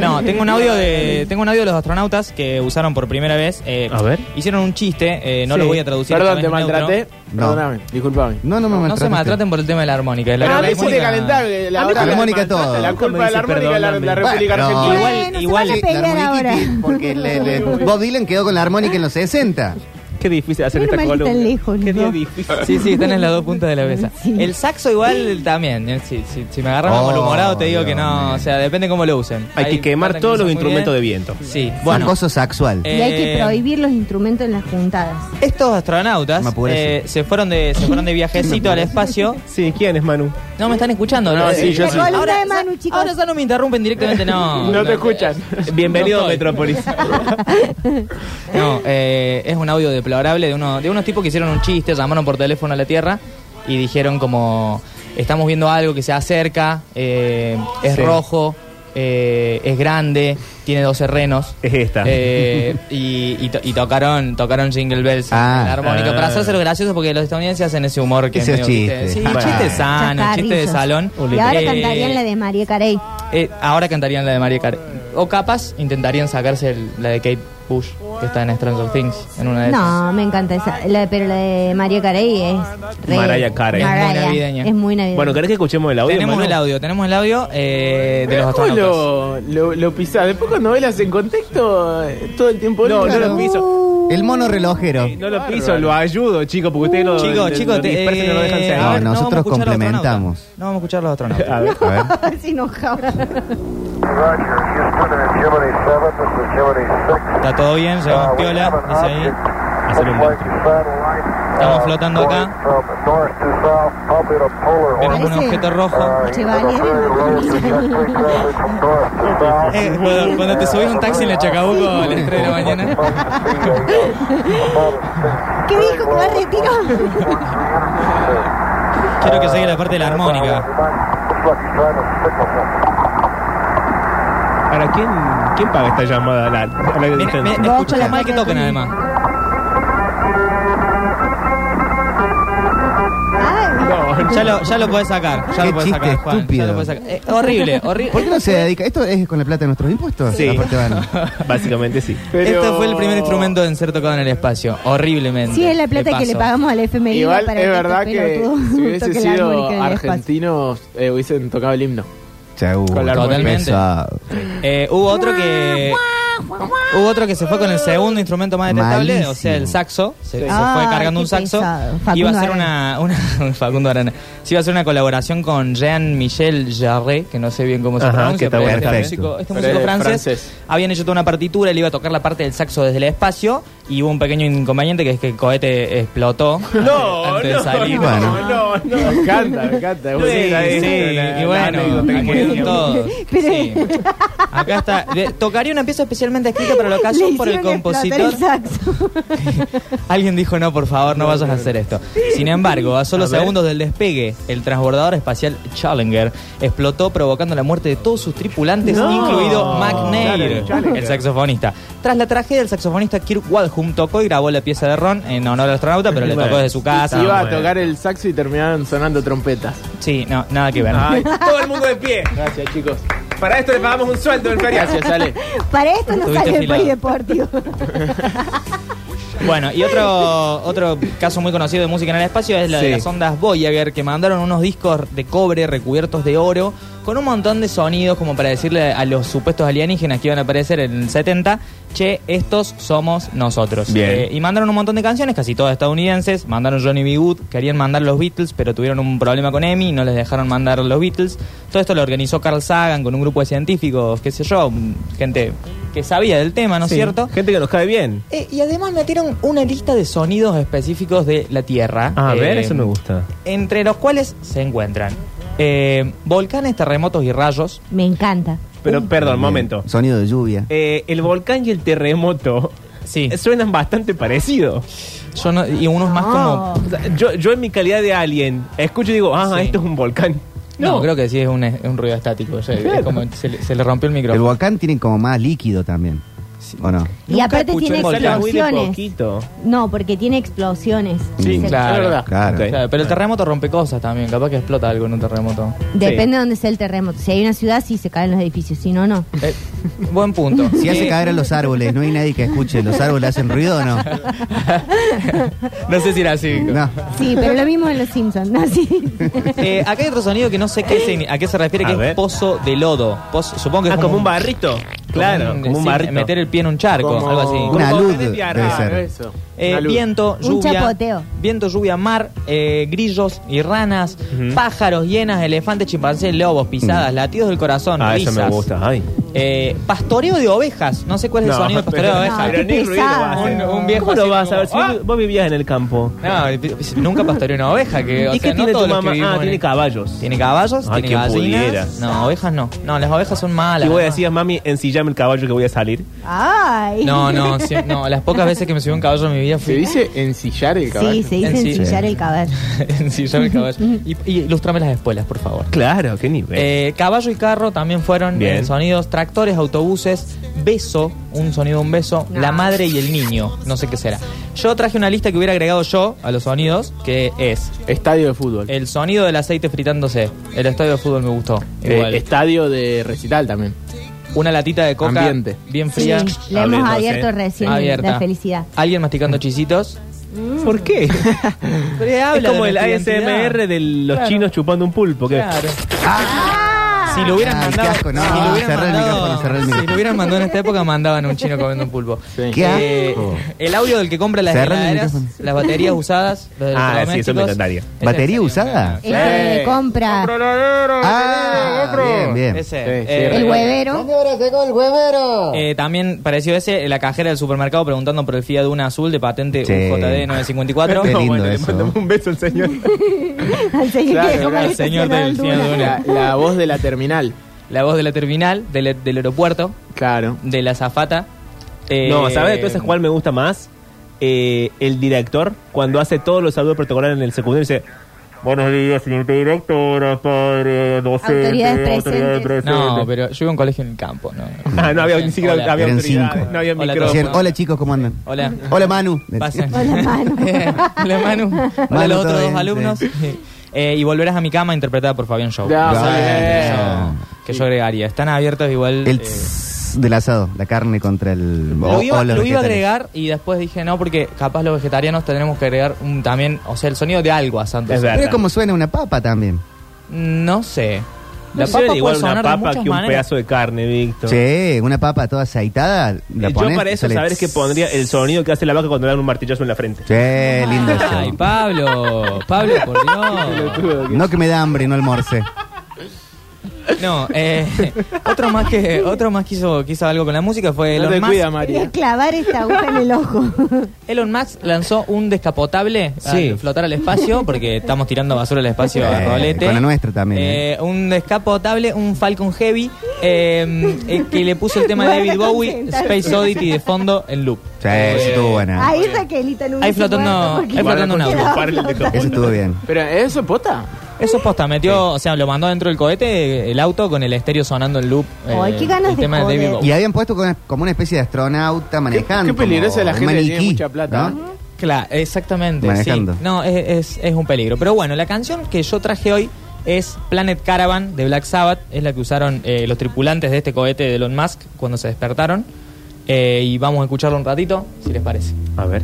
Speaker 5: No, tengo un audio de tengo un audio de los astronautas que usaron por primera vez. eh,
Speaker 6: A ver.
Speaker 5: Hicieron un chiste, eh, no
Speaker 3: sí.
Speaker 5: lo voy a traducir.
Speaker 3: Perdón, te
Speaker 5: esta vez neutro.
Speaker 3: maltraté.
Speaker 2: No.
Speaker 3: Perdóname, disculpame.
Speaker 2: No, no me
Speaker 5: No se maltraten por el tema de la armónica. La
Speaker 3: Ah,
Speaker 5: verdad,
Speaker 3: me hiciste
Speaker 5: la armónica-
Speaker 3: calentar, eh,
Speaker 6: Ah,
Speaker 2: A mí
Speaker 3: verdad,
Speaker 2: con la armónica
Speaker 3: me maltrata,
Speaker 2: todo.
Speaker 3: La
Speaker 6: ¿Cómo
Speaker 3: culpa de la
Speaker 6: dice
Speaker 3: armónica es la, la
Speaker 6: perdóname?
Speaker 3: República
Speaker 2: Bueno,
Speaker 3: Argentina.
Speaker 5: Ah. igual-
Speaker 4: Bueno, se van a
Speaker 5: igual la
Speaker 2: La
Speaker 4: pelear ahora.
Speaker 2: armoniquitis, porque le- le- Bob Dylan quedó con la armónica en los 60.
Speaker 6: Qué difícil hacer
Speaker 4: Menos
Speaker 6: esta
Speaker 4: mal que
Speaker 6: columna.
Speaker 4: tan lejos,
Speaker 6: Qué día
Speaker 4: ¿no?
Speaker 6: difícil.
Speaker 5: Sí, sí, están en las dos puntas de la mesa.
Speaker 4: Sí.
Speaker 5: El saxo igual también. eh, Si, si- si me agarraba
Speaker 2: Oh,
Speaker 5: malhumorado te digo que
Speaker 2: Dios
Speaker 5: no.
Speaker 2: mío.
Speaker 5: O sea, depende cómo lo usen.
Speaker 6: Hay que quemar
Speaker 5: bandas
Speaker 6: todos
Speaker 5: lo usan
Speaker 6: los
Speaker 5: muy
Speaker 6: instrumentos de
Speaker 5: bien.
Speaker 6: viento.
Speaker 5: Sí,
Speaker 2: Bueno.
Speaker 5: bueno.
Speaker 2: Acoso sexual.
Speaker 5: Eh,
Speaker 4: Y hay que prohibir los instrumentos en las juntadas.
Speaker 5: Estos astronautas
Speaker 2: Me apuré,
Speaker 5: eh, se fueron de se fueron de viajecito al espacio.
Speaker 6: Sí, ¿quién es Manu?
Speaker 5: No me están escuchando.
Speaker 3: No,
Speaker 5: Eh,
Speaker 3: sí, yo La sí.
Speaker 4: columna de Manu,
Speaker 5: ya-
Speaker 4: chicos.
Speaker 5: ahora ya no me interrumpen directamente, no.
Speaker 3: No te escuchan.
Speaker 6: Bienvenido
Speaker 5: No
Speaker 6: a
Speaker 5: estoy.
Speaker 6: Metrópolis.
Speaker 5: No, eh, es un audio deplorable de, uno, de unos tipos que hicieron un chiste, llamaron por teléfono a la Tierra y dijeron como, estamos viendo algo que se acerca, eh, es
Speaker 6: Sí.
Speaker 5: rojo, eh, es grande, tiene 12 renos.
Speaker 6: es esta.
Speaker 5: Eh, y, y to- y tocaron tocaron Jingle Bells
Speaker 2: Ah.
Speaker 5: en la armónica.
Speaker 6: Ah.
Speaker 5: Para hacerlo gracioso, porque los estadounidenses hacen ese humor que
Speaker 2: Ese
Speaker 5: medio,
Speaker 2: chiste.
Speaker 5: ¿viste? Sí,
Speaker 2: Bueno.
Speaker 5: chiste sano, Ah, chiste de
Speaker 4: Chacarrillos.
Speaker 5: salón.
Speaker 4: Y ahora
Speaker 5: Eh,
Speaker 4: cantarían la de María Carey.
Speaker 5: eh, ahora cantarían la de María Carey. O capaz intentarían sacarse el- la de Kate Bush, que está en Stranger Things, en una de esas.
Speaker 4: No, me encanta esa. La, pero la de María Carey es. re-
Speaker 6: Mariah Carey.
Speaker 5: Es muy
Speaker 4: Mariah.
Speaker 5: navideña.
Speaker 4: Es muy navideña.
Speaker 6: bueno, ¿querés que escuchemos el audio?
Speaker 5: Tenemos
Speaker 6: Manu?
Speaker 5: el audio, tenemos el audio eh, de los
Speaker 3: ¿Cómo lo,
Speaker 5: astronautas.
Speaker 3: lo, lo pisás? Después cuando velas en contexto, eh, todo el tiempo...
Speaker 6: No, no
Speaker 2: Claro.
Speaker 6: lo piso.
Speaker 2: Uh. El mono relojero.
Speaker 6: Eh, No lo piso, lo ayudo, chico, porque ustedes lo.
Speaker 5: Chicos,
Speaker 6: lo-
Speaker 5: chicos,
Speaker 6: lo dispersan y no lo dejan
Speaker 5: eh,
Speaker 6: ser.
Speaker 5: a
Speaker 2: No,
Speaker 5: ver,
Speaker 2: no.
Speaker 5: vamos a
Speaker 2: nosotros
Speaker 5: escuchar los astronautas.
Speaker 2: complementamos.
Speaker 5: No vamos a escuchar a los astronautas.
Speaker 6: A ver.
Speaker 2: A ver.
Speaker 4: Se enojaba.
Speaker 7: Roger, Houston, it's Gemini 7, this is Gemini 6.
Speaker 5: Está todo bien,
Speaker 7: Uh,
Speaker 6: ah,
Speaker 5: llevamos
Speaker 7: we
Speaker 5: piola,
Speaker 7: have an
Speaker 5: dice ahí.
Speaker 7: object.
Speaker 6: Hacer un
Speaker 7: Looks like the satellite, uh,
Speaker 5: Estamos flotando acá.
Speaker 7: going From north to south, probably in a polar
Speaker 5: Vemos
Speaker 7: orbit.
Speaker 5: un objeto rojo.
Speaker 7: Uh,
Speaker 4: Che,
Speaker 7: you have a
Speaker 4: vale.
Speaker 7: very low trajectory traveling from north to south.
Speaker 5: Eh, cuando, cuando te subís a un taxi en la
Speaker 6: Ah,
Speaker 5: Chacabuco a las 3 de la mañana.
Speaker 4: ¿Qué dijo que va a retiro?
Speaker 5: Quiero que llegue la parte de la armónica.
Speaker 6: Ah,
Speaker 7: Looks like he's trying to signal something.
Speaker 6: Ahora, ¿quién, quién paga esta llamada a la, a la
Speaker 5: Mira, mira,
Speaker 6: distancia?
Speaker 5: escucha lo mal que tocan además.
Speaker 4: Ay,
Speaker 6: No,
Speaker 5: Ya lo, ya lo podés sacar, ya
Speaker 2: Qué
Speaker 5: lo podés
Speaker 2: chiste
Speaker 5: sacar, Juan. Ya
Speaker 2: estúpido.
Speaker 5: lo podés sacar. Eh, horrible, horrible.
Speaker 2: ¿Por qué no se dedica? ¿Esto es con la plata de nuestros impuestos?
Speaker 6: Sí.
Speaker 2: Aparte, bueno.
Speaker 6: básicamente sí.
Speaker 3: Pero-
Speaker 5: Este fue el primer instrumento en ser tocado en el espacio, horriblemente.
Speaker 4: Sí, es la plata
Speaker 5: de
Speaker 4: que le
Speaker 5: paso.
Speaker 4: pagamos al FMI
Speaker 3: Igual
Speaker 4: para
Speaker 3: es
Speaker 4: este
Speaker 3: verdad que
Speaker 4: pelotudo
Speaker 3: si hubiese
Speaker 4: toque la
Speaker 3: sido
Speaker 4: armónica en el espacio.
Speaker 3: argentinos eh, hubiesen tocado el himno.
Speaker 2: Chau.
Speaker 3: Con la
Speaker 5: Totalmente.
Speaker 2: pesado.
Speaker 5: Eh, hubo otro que. Hubo otro que se fue con el segundo instrumento más detestable,
Speaker 2: Malísimo.
Speaker 5: o sea, el saxo. Se, se
Speaker 4: Ah,
Speaker 5: fue cargando
Speaker 4: qué
Speaker 5: un saxo.
Speaker 4: pesado.
Speaker 5: Iba a
Speaker 4: Facundo
Speaker 5: ser una. una- Facundo Arana. Se iba a hacer una colaboración con Jean-Michel Jarre, que no sé bien cómo se
Speaker 6: Ajá, que
Speaker 5: pronuncia,
Speaker 6: está
Speaker 5: pero
Speaker 6: bueno
Speaker 5: este
Speaker 6: también.
Speaker 5: músico, este
Speaker 3: Pero
Speaker 5: músico
Speaker 3: es
Speaker 5: francés,
Speaker 3: francés.
Speaker 5: Habían hecho toda una partitura, él iba a tocar la parte del saxo desde el espacio. Y hubo un pequeño inconveniente que es que el cohete explotó. antes de salir.
Speaker 2: Bueno.
Speaker 6: no, no.
Speaker 3: Me encanta, me encanta.
Speaker 5: Sí,
Speaker 3: ¿eh?
Speaker 5: sí, y bueno, aquí en todo.
Speaker 4: Pero-
Speaker 5: Sí. Acá está. De- Tocaría una pieza especialmente escrita para la ocasión
Speaker 4: Le
Speaker 5: por el
Speaker 4: hicieron explotar
Speaker 5: compositor.
Speaker 4: el saxo.
Speaker 5: Alguien dijo, no, por favor, no vayas a hacer esto. Sin embargo, a solo segundos del despegue, el transbordador espacial Challenger explotó provocando la muerte de todos sus tripulantes,
Speaker 6: No.
Speaker 5: incluido McNair,
Speaker 6: Claro, Challenger.
Speaker 5: el saxofonista. Tras la tragedia, el saxofonista Kirk Walhum tocó y grabó la pieza de Ron en honor al astronauta, pero le tocó desde su casa.
Speaker 3: Iba a tocar el saxo y terminaban sonando trompetas.
Speaker 5: Sí, no, nada que ver.
Speaker 6: Ay, todo el mundo de pie.
Speaker 3: Gracias, chicos.
Speaker 6: Para esto le pagamos un sueldo del feriado.
Speaker 3: Gracias, Ale.
Speaker 4: Para esto no
Speaker 5: Estuviste
Speaker 4: sale el
Speaker 5: afilado.
Speaker 4: polideportivo.
Speaker 5: Bueno, y otro, otro caso muy conocido de música en el espacio es la de
Speaker 3: Sí.
Speaker 5: las ondas Voyager, que mandaron unos discos de cobre recubiertos de oro, con un montón de sonidos como para decirle a los supuestos alienígenas que iban a aparecer en el 70, che, estos somos nosotros. Eh,
Speaker 6: Bien.
Speaker 5: y mandaron un montón de canciones, casi todas estadounidenses, mandaron Johnny B. Good, querían mandar los Beatles, pero tuvieron un problema con Emmy y no les dejaron mandar los Beatles. Todo esto lo organizó Carl Sagan con un grupo de científicos, qué sé yo, gente que sabía del tema, ¿no es
Speaker 6: Sí,
Speaker 5: cierto?
Speaker 6: Gente que nos cae bien.
Speaker 5: Eh, y además metieron una lista de sonidos específicos de la Tierra.
Speaker 6: Ah, A ver,
Speaker 5: eh,
Speaker 6: eso me gusta.
Speaker 5: Entre los cuales se encuentran eh, volcanes, terremotos y rayos.
Speaker 4: Me encanta.
Speaker 6: Pero, perdón, momento.
Speaker 2: Sonido de lluvia.
Speaker 6: Eh, el volcán y el terremoto
Speaker 5: Sí.
Speaker 6: suenan bastante parecidos.
Speaker 5: Yo no- y unos más como.
Speaker 4: No.
Speaker 6: O sea, yo, yo en mi calidad de alien escucho y digo, ah,
Speaker 5: Sí.
Speaker 6: esto es un volcán.
Speaker 5: No, creo que sí es un, es un ruido estático. o sea, es
Speaker 6: Claro.
Speaker 5: como se, le, se le rompió el
Speaker 2: El
Speaker 5: micrófono.
Speaker 2: volcán tiene como más líquido también. ¿O no?
Speaker 4: Y aparte tiene
Speaker 5: volcán.
Speaker 6: muy de
Speaker 4: explosiones.
Speaker 6: poquito.
Speaker 4: No, porque tiene explosiones.
Speaker 5: Sí,
Speaker 2: Mm.
Speaker 5: claro.
Speaker 3: Es verdad.
Speaker 2: Claro.
Speaker 6: Ok. Ah.
Speaker 5: Claro, pero el terremoto rompe cosas también. Capaz que explota algo en un terremoto.
Speaker 4: Depende de dónde sea el terremoto. Si hay una ciudad, sí se caen los edificios. Si no, no.
Speaker 5: Eh, buen punto.
Speaker 2: Si hace
Speaker 5: Eh,
Speaker 2: caer a los árboles, no hay nadie que escuche. ¿Los árboles hacen ruido o no?
Speaker 5: No sé si era así.
Speaker 2: No.
Speaker 4: Sí, pero lo mismo en los Simpsons. ¿no? Sí.
Speaker 5: Eh, acá hay otro sonido que no sé qué signi- a qué se refiere,
Speaker 6: A
Speaker 5: que
Speaker 6: ver.
Speaker 5: es pozo de lodo. Pozo- supongo que
Speaker 6: Ah,
Speaker 5: es
Speaker 6: como un barrito. Claro, como un
Speaker 5: sí,
Speaker 6: barrito.
Speaker 5: meter el pie en un charco,
Speaker 3: Como-
Speaker 5: algo así.
Speaker 2: Una
Speaker 6: Como
Speaker 2: luz
Speaker 6: Fernández
Speaker 2: debe
Speaker 6: Villarreal,
Speaker 2: ser.
Speaker 3: Eso.
Speaker 5: Eh,
Speaker 3: Una luz.
Speaker 5: viento,
Speaker 4: Un
Speaker 5: lluvia,
Speaker 4: chapoteo.
Speaker 5: viento, lluvia, mar, eh, grillos y ranas,
Speaker 6: Ujú. Mm.
Speaker 5: pájaros, hienas, elefantes, chimpancés, lobos, pisadas, latidos del corazón,
Speaker 6: Ah, eso
Speaker 5: risas.
Speaker 6: me gusta. Ay.
Speaker 5: Eh, pastoreo de ovejas, no sé cuál es el
Speaker 6: No,
Speaker 5: sonido de pastoreo de
Speaker 6: pero-
Speaker 5: ovejas.
Speaker 6: Ah, pero ni ruido va a
Speaker 4: pesado.
Speaker 6: hacer.
Speaker 5: Un- un viejo
Speaker 6: ¿Cómo lo
Speaker 5: así
Speaker 6: vas
Speaker 5: como,
Speaker 6: a ver? Si
Speaker 5: ¡Ah!
Speaker 6: vos vivías en el campo.
Speaker 5: No, nunca pastoreé una oveja. Que, o
Speaker 6: ¿Y qué
Speaker 5: sea, no
Speaker 6: tiene tu
Speaker 5: todos los que
Speaker 6: mamá?
Speaker 5: vivimos
Speaker 6: Ah,
Speaker 5: en
Speaker 6: tiene
Speaker 5: el-
Speaker 6: caballos.
Speaker 5: Tiene caballos,
Speaker 6: Ay,
Speaker 5: tiene
Speaker 6: quien
Speaker 5: gallinas.
Speaker 6: pudiera.
Speaker 5: No, ovejas no. No, las ovejas son malas.
Speaker 6: Y vos
Speaker 5: ¿no?
Speaker 6: decías, mami, ensillame el caballo que voy a salir.
Speaker 4: Ay.
Speaker 5: No, no, sí, no. Las pocas veces que me subí a un caballo en mi vida
Speaker 3: Se
Speaker 5: fui.
Speaker 3: dice ensillar el caballo.
Speaker 4: Sí, se dice
Speaker 5: En sí.
Speaker 4: ensillar el caballo.
Speaker 5: Ensillarme el caballo. Y, y ilustrame las espuelas, por favor.
Speaker 6: Claro, qué nivel.
Speaker 5: Eh, caballo y carro también fueron
Speaker 6: Bien.
Speaker 5: eh, sonidos. Tractores, autobuses, beso, un sonido, un beso.
Speaker 4: No.
Speaker 5: La madre y el niño, no sé qué será. Yo traje una lista que hubiera agregado yo a los sonidos, que es
Speaker 3: Estadio de fútbol.
Speaker 5: el sonido del aceite fritándose. El estadio de fútbol me gustó.
Speaker 3: Eh,
Speaker 5: Igual.
Speaker 3: estadio de recital también.
Speaker 5: Una latita de coca
Speaker 3: Ambiente.
Speaker 5: bien
Speaker 4: Sí,
Speaker 5: fría,
Speaker 4: la hemos
Speaker 6: Abriendo,
Speaker 4: abierto
Speaker 6: sí.
Speaker 4: recién
Speaker 5: abierta.
Speaker 4: la felicidad.
Speaker 5: Alguien masticando chisitos.
Speaker 6: ¿Por qué? es
Speaker 5: habla
Speaker 6: como
Speaker 5: de
Speaker 6: el
Speaker 5: nuestra
Speaker 6: ASMR
Speaker 5: identidad.
Speaker 6: de los
Speaker 5: Claro.
Speaker 6: chinos chupando un pulpo. que-
Speaker 5: Claro. Si lo hubieran
Speaker 2: Ay, Ah, qué
Speaker 5: mandado,
Speaker 2: asco, no,
Speaker 5: Ah, si lo hubieran
Speaker 2: cerrá el
Speaker 5: mandado-
Speaker 2: micrófono, cerrá el
Speaker 5: si lo
Speaker 2: micrófono.
Speaker 5: hubieran mandado en esta época, mandaban a un chino comiendo un pulpo.
Speaker 3: Sí.
Speaker 2: ¿Qué
Speaker 5: Eh,
Speaker 2: asco?
Speaker 5: el audio del que compra las
Speaker 2: Cerrá el
Speaker 5: heladeras,
Speaker 2: micrófono.
Speaker 5: las baterías usadas. los
Speaker 6: Ah, sí, eso me
Speaker 5: electrodomésticos.
Speaker 6: encantaría.
Speaker 5: Ese
Speaker 2: ¿Batería
Speaker 5: sería un
Speaker 2: usada?
Speaker 4: El
Speaker 5: gran-
Speaker 4: que Este, compra
Speaker 6: eh,
Speaker 2: Ah, bien, bien.
Speaker 5: Ese,
Speaker 3: Sí, sí,
Speaker 5: eh,
Speaker 4: el huevero.
Speaker 5: eh, también pareció ese, la cajera del supermercado preguntando por el Fiat Una azul de patente
Speaker 2: Sí.
Speaker 5: UJD 954.
Speaker 2: Qué lindo
Speaker 6: le
Speaker 2: eso.
Speaker 6: mandamos un beso al señor.
Speaker 4: Al señor,
Speaker 3: Claro,
Speaker 4: que
Speaker 3: claro,
Speaker 4: dejó
Speaker 5: el
Speaker 4: mal
Speaker 5: señor del
Speaker 4: estacionado
Speaker 5: Fiat
Speaker 4: en Duna.
Speaker 5: Duna.
Speaker 3: La, la voz de la terminal.
Speaker 5: La voz de la terminal, del, del aeropuerto,
Speaker 3: Claro.
Speaker 5: de la zafata. eh,
Speaker 6: No, ¿sabes de todas esas cuál me gusta más? Eh, el director, cuando hace todos los saludos protocolares en el secundario, dice: Buenos días, señorita directora, padre, docente,
Speaker 4: Autoridades
Speaker 6: autoridades
Speaker 4: presentes.
Speaker 5: No,
Speaker 6: presentes".
Speaker 5: pero yo iba a un colegio en el campo. No,
Speaker 2: Mm.
Speaker 6: Ah, no había ni siquiera
Speaker 5: Hola.
Speaker 6: había
Speaker 2: Eran
Speaker 6: autoridad,
Speaker 2: cinco.
Speaker 6: no había
Speaker 5: Hola,
Speaker 6: micrófono.
Speaker 2: Decían, hola chicos, ¿cómo andan?
Speaker 5: Hola.
Speaker 2: Hola Manu.
Speaker 5: Pasen.
Speaker 4: Hola, Manu.
Speaker 5: Hola, Manu. Hola,
Speaker 2: Manu,
Speaker 5: los
Speaker 2: ¿todo
Speaker 5: otros
Speaker 2: bien?
Speaker 5: dos alumnos. Eh, y volverás a mi cama, interpretada por Fabián Show.
Speaker 3: Ya,
Speaker 5: Que
Speaker 2: Bueno.
Speaker 5: yo- Que yo agregaría. Están abiertos igual.
Speaker 2: El
Speaker 5: eh,
Speaker 2: tss del asado, la carne contra el...
Speaker 5: lo
Speaker 2: o-
Speaker 5: iba,
Speaker 2: o los
Speaker 5: lo iba a
Speaker 2: vegetales.
Speaker 5: agregar y después dije no, porque capaz los vegetarianos tendremos que agregar un- también, o sea, el sonido de algo a Santos.
Speaker 6: Es verdad.
Speaker 2: Pero es como suena una papa también.
Speaker 5: No sé. La papa
Speaker 6: No suena
Speaker 5: puede
Speaker 6: igual una
Speaker 5: sonar de
Speaker 6: papa
Speaker 5: muchas
Speaker 6: que un
Speaker 5: maneras.
Speaker 6: pedazo de carne, Víctor.
Speaker 2: Che, una papa toda aceitada, la
Speaker 6: Eh,
Speaker 2: pones,
Speaker 6: Yo para eso,
Speaker 2: sale
Speaker 6: ¿sabes que
Speaker 2: tss.
Speaker 6: pondría el sonido que hace la vaca cuando le dan un martillazo en la frente?
Speaker 2: Che, lindo eso.
Speaker 5: Ay, Pablo. Pablo, por Dios.
Speaker 2: No que me da hambre y no almorce.
Speaker 5: No, eh, otro más que otro más que hizo, que hizo algo con la música fue
Speaker 3: No
Speaker 5: Elon
Speaker 3: te
Speaker 5: Musk.
Speaker 3: cuida,
Speaker 4: Quería
Speaker 3: María.
Speaker 4: clavar esta aguja en el ojo.
Speaker 5: Elon Musk lanzó un descapotable
Speaker 6: Sí.
Speaker 5: al flotar al espacio, porque estamos tirando basura al espacio a
Speaker 2: Eh,
Speaker 5: rolete.
Speaker 2: con la nuestra también,
Speaker 5: Eh, Un descapotable, un Falcon Heavy, eh, eh, que le puso el tema de David Bowie, Space Oddity de fondo en loop. Eh,
Speaker 2: Sí, eso estuvo buena.
Speaker 4: Ahí Raquelita no
Speaker 5: Ahí
Speaker 4: hubiese
Speaker 5: flotando-
Speaker 4: muerto porque-
Speaker 5: ahí flotando un auto.
Speaker 2: Eso estuvo bien.
Speaker 3: Pero eso es pota.
Speaker 5: Eso es posta, metió, o sea, lo mandó dentro del cohete, el auto con el estéreo sonando en loop. eh,
Speaker 4: Ay, qué ganas
Speaker 5: el
Speaker 4: de
Speaker 5: tema de David
Speaker 4: joder.
Speaker 5: Bowie.
Speaker 2: Y habían puesto con- como una especie de astronauta manejando.
Speaker 3: qué peligrosa
Speaker 2: como
Speaker 3: la
Speaker 2: un
Speaker 3: gente que tiene
Speaker 2: maniquí,
Speaker 3: mucha plata,
Speaker 2: ¿no?
Speaker 5: Claro, exactamente.
Speaker 2: Manejando.
Speaker 5: sí. No, es, es- es un peligro. Pero bueno, la canción que yo traje hoy es Planet Caravan de Black Sabbath. Es la que usaron eh, los tripulantes de este cohete de Elon Musk cuando se despertaron. Eh, y vamos a escucharlo un ratito, si les parece.
Speaker 6: A ver.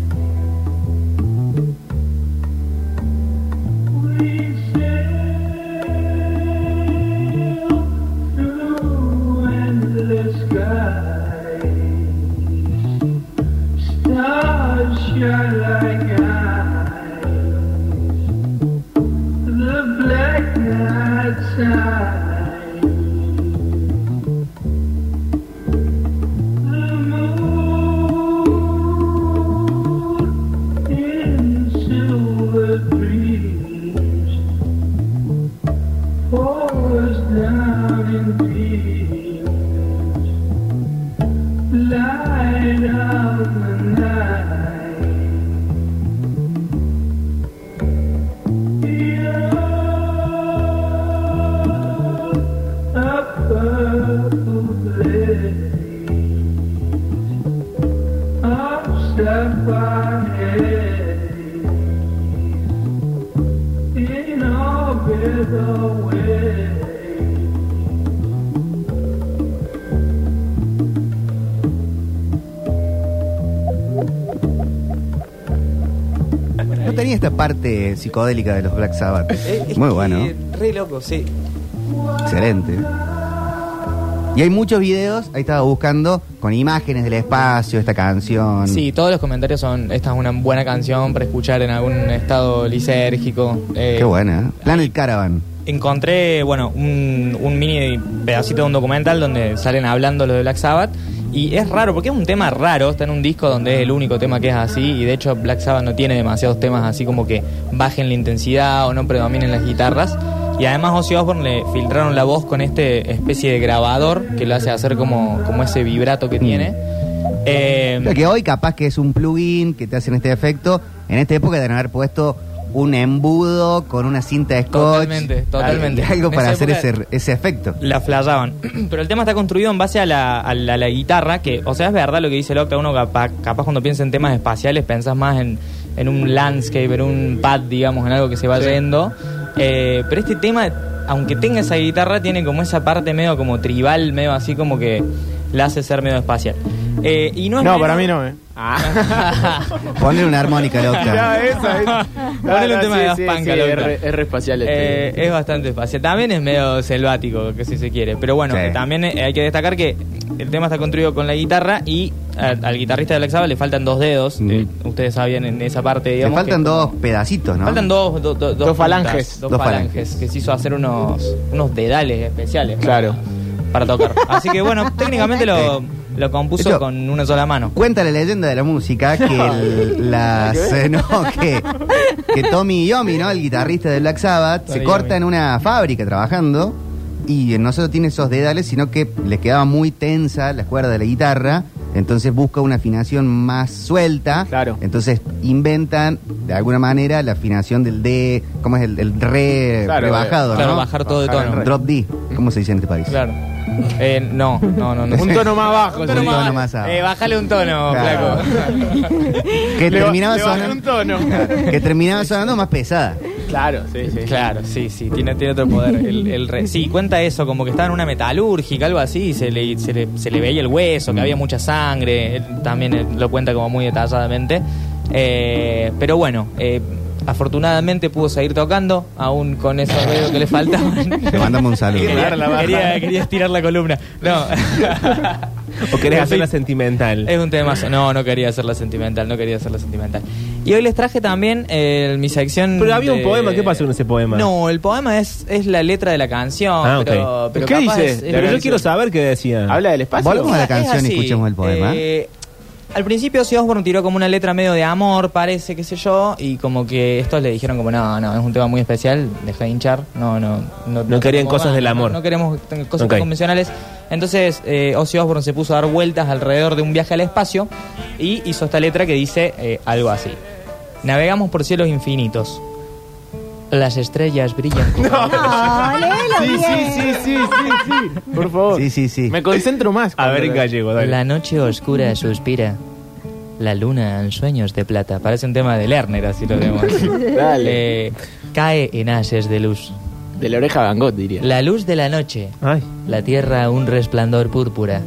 Speaker 2: No tenía esta parte psicodélica de los Black
Speaker 3: Eh,
Speaker 2: Sabbath. Muy bueno,
Speaker 5: Re loco, sí.
Speaker 2: excelente. Y hay muchos videos, ahí estaba buscando, con imágenes del espacio, esta canción.
Speaker 5: Sí, todos los comentarios son, esta es una buena canción para escuchar en algún estado lisérgico. Eh,
Speaker 2: Qué buena. ¿eh? Planet Caravan.
Speaker 5: Encontré, bueno, un, un mini pedacito de un documental donde salen hablando los de Black Sabbath. Y es raro, porque es un tema raro, está en un disco donde es el único tema que es así, y de hecho Black Sabbath no tiene demasiados temas así como que bajen la intensidad o no predominen las guitarras. Y además Ozzy Osbourne le filtraron la voz con este especie de grabador que lo hace hacer como, como ese vibrato que tiene. Eh,
Speaker 2: Lo que hoy capaz que es un plugin que te hacen este efecto. En esta época deben haber puesto un embudo con una cinta de scotch. eh,
Speaker 5: Totalmente, totalmente.
Speaker 2: Algo, algo
Speaker 5: En
Speaker 2: para
Speaker 5: esa
Speaker 2: hacer ese,
Speaker 5: época-
Speaker 2: ese efecto.
Speaker 5: la flayaban. Pero el tema está construido en base a la, a la- a la guitarra, que, o sea, es verdad lo que dice el Octa, uno capaz, capaz cuando piensa en temas espaciales pensás más en, en un landscape, en un pad, digamos, en algo que se va yendo. Eh, pero este tema, aunque tenga esa guitarra, tiene como esa parte medio como tribal, medio así como que la hace ser medio espacial. Eh, y no, es
Speaker 3: No,
Speaker 5: menor-
Speaker 3: para mí no, ¿eh?
Speaker 6: Ah.
Speaker 2: Ponle una armónica loca.
Speaker 3: Ya, esa, esa.
Speaker 5: Ponele un
Speaker 3: Ah,
Speaker 5: tema
Speaker 3: sí,
Speaker 5: de Daft
Speaker 3: sí,
Speaker 5: Punk,
Speaker 3: sí,
Speaker 5: loco.
Speaker 3: es re- es re espacial este.
Speaker 5: Eh, es bastante espacial. También es medio selvático, que si se quiere. Pero bueno,
Speaker 2: Sí.
Speaker 5: eh, también eh, hay que destacar que el tema está construido con la guitarra y a- al guitarrista de Black Sabbath le faltan dos dedos.
Speaker 2: Mm.
Speaker 5: Eh, ustedes sabían en esa parte,
Speaker 2: Te
Speaker 5: digamos.
Speaker 2: faltan
Speaker 5: que-
Speaker 2: dos pedacitos, ¿no?
Speaker 5: Faltan dos, do- do-
Speaker 3: Dos falanges.
Speaker 5: puntas, dos,
Speaker 2: Dos
Speaker 5: falanges.
Speaker 2: falanges.
Speaker 5: Que se hizo hacer unos, unos dedales especiales.
Speaker 3: Claro.
Speaker 5: Para tocar. Así que bueno, técnicamente lo, lo compuso
Speaker 2: De hecho,
Speaker 5: con una sola mano.
Speaker 2: Cuenta la leyenda de la música que el- las eh, no, que, que Tommy Yomi, ¿no? El guitarrista de Black Sabbath, se
Speaker 5: Tommy
Speaker 2: corta
Speaker 5: Iommi.
Speaker 2: en una fábrica trabajando y no solo tiene esos dedales, sino que le quedaba muy tensa la cuerda de la guitarra, entonces busca una afinación más suelta.
Speaker 3: Claro.
Speaker 2: Entonces inventan de alguna manera la afinación del D, ¿cómo es el, el re
Speaker 3: Claro,
Speaker 2: rebajado,
Speaker 5: Claro,
Speaker 2: ¿no?
Speaker 5: bajar todo de
Speaker 3: Bajar el
Speaker 5: tono.
Speaker 3: re.
Speaker 2: Drop D, ¿cómo se dice en este país?
Speaker 5: Claro. Eh, no, no, no, no.
Speaker 3: Un tono más bajo.
Speaker 5: Un tono
Speaker 2: Un
Speaker 5: más,
Speaker 2: tono más abajo.
Speaker 5: Eh, bájale un tono,
Speaker 2: Claro.
Speaker 5: flaco.
Speaker 2: Que
Speaker 3: Le ba-
Speaker 2: terminaba
Speaker 3: le bajé
Speaker 2: sonando-
Speaker 3: un tono.
Speaker 2: que terminaba sonando más pesada.
Speaker 3: Claro, sí, sí.
Speaker 5: Claro, sí, sí, tiene, tiene otro poder. El, el re- sí, cuenta eso, como que estaba en una metalúrgica, algo así, y se le, se le, se le veía el hueso, que
Speaker 6: Mm.
Speaker 5: había mucha sangre, él también eh, lo cuenta como muy detalladamente. Eh, pero bueno, eh, afortunadamente pudo seguir tocando, aún con esos dedos que le faltaban.
Speaker 2: Te mandamos un saludo.
Speaker 6: Claro, la
Speaker 5: Quería,
Speaker 6: baja.
Speaker 5: quería, quería estirar la columna. No.
Speaker 6: ¿O querés
Speaker 5: En fin.
Speaker 6: hacerla sentimental?
Speaker 5: Es un tema. No, no quería hacerla sentimental, no quería hacerla sentimental. Y hoy les traje también eh, mi sección.
Speaker 6: Pero había un
Speaker 5: de-
Speaker 6: poema, ¿qué pasó con ese poema?
Speaker 5: No, el poema es, es la letra de la canción.
Speaker 6: Ah, ok.
Speaker 5: pero, pero
Speaker 3: ¿Qué
Speaker 5: capaz
Speaker 3: dice?
Speaker 5: es- es
Speaker 6: Pero yo
Speaker 5: la-
Speaker 6: quiero saber qué decía.
Speaker 3: ¿Habla del espacio?
Speaker 2: Volvemos a la
Speaker 5: Es
Speaker 2: canción y
Speaker 5: así.
Speaker 2: escuchemos el poema.
Speaker 5: Eh, al principio Ozzy Osbourne tiró como una letra medio de amor, parece, qué sé yo, y como que estos le dijeron como, no, no, es un tema muy especial, deja de hinchar, no, no. No,
Speaker 6: querían
Speaker 5: queremos
Speaker 6: cosas del
Speaker 5: no-
Speaker 6: amor.
Speaker 5: No, queremos t- cosas
Speaker 6: Ok.
Speaker 5: tan convencionales. Entonces eh, Ozzy Osbourne se puso a dar vueltas alrededor de un viaje al espacio y hizo esta letra que dice eh, algo así. Navegamos por cielos infinitos. Las estrellas brillan como...
Speaker 4: No, léelo
Speaker 3: Sí, sí,
Speaker 4: bien.
Speaker 3: sí, sí, sí, sí. Por favor.
Speaker 2: Sí, sí, sí.
Speaker 3: Me concentro más.
Speaker 6: A ver en
Speaker 3: cuando-
Speaker 6: gallego, dale.
Speaker 5: La noche oscura suspira. La luna en sueños de plata. Parece un tema de Lerner, así lo vemos.
Speaker 3: Dale.
Speaker 5: Eh, cae en haces de luz.
Speaker 3: De la oreja Van Gogh, diría.
Speaker 5: La luz de la noche.
Speaker 6: Ay.
Speaker 5: La tierra un resplandor púrpura.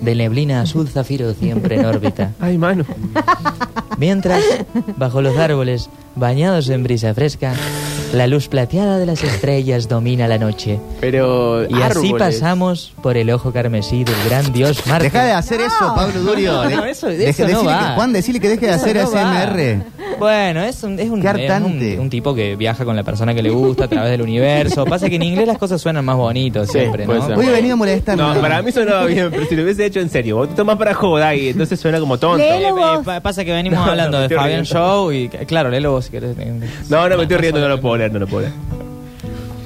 Speaker 5: De neblina azul zafiro siempre en órbita.
Speaker 6: Ay, mano.
Speaker 5: Mientras, bajo los árboles, bañados en brisa fresca, la luz plateada de las estrellas domina la noche.
Speaker 3: Pero.
Speaker 5: Y así
Speaker 3: árboles.
Speaker 5: pasamos por el ojo carmesí del gran dios Marte.
Speaker 2: Deja de hacer eso, Pablo Durio.
Speaker 5: No,
Speaker 2: De-
Speaker 5: eso- de
Speaker 2: deje-
Speaker 5: eso no
Speaker 2: decile
Speaker 5: va.
Speaker 2: que- Juan, decile que deje de
Speaker 5: Eso
Speaker 2: hacer
Speaker 5: no
Speaker 2: ASMR.
Speaker 5: va. Bueno, es un, es un,
Speaker 2: Qué
Speaker 5: es un-
Speaker 2: hartante.
Speaker 5: un tipo que viaja con la persona que le gusta a través del universo. Pasa que en inglés las cosas suenan más bonitas
Speaker 3: Sí,
Speaker 5: siempre,
Speaker 3: puede
Speaker 5: ¿no?
Speaker 3: ser.
Speaker 2: Hoy he venido a molestarme.
Speaker 6: No, para mí sonaba bien, pero si lo hubiese hecho en serio, vos te tomás para joder y entonces suena como tonto.
Speaker 4: Léelo
Speaker 5: Eh,
Speaker 4: vos.
Speaker 5: pa- pasa que venimos
Speaker 6: No, no,
Speaker 5: hablando
Speaker 6: me
Speaker 5: de
Speaker 6: estoy
Speaker 5: Fabian
Speaker 6: riendo.
Speaker 5: Show y claro, léelo vos si querés.
Speaker 6: No, no, me estoy riendo, no lo puedo leer, no lo puedo leer.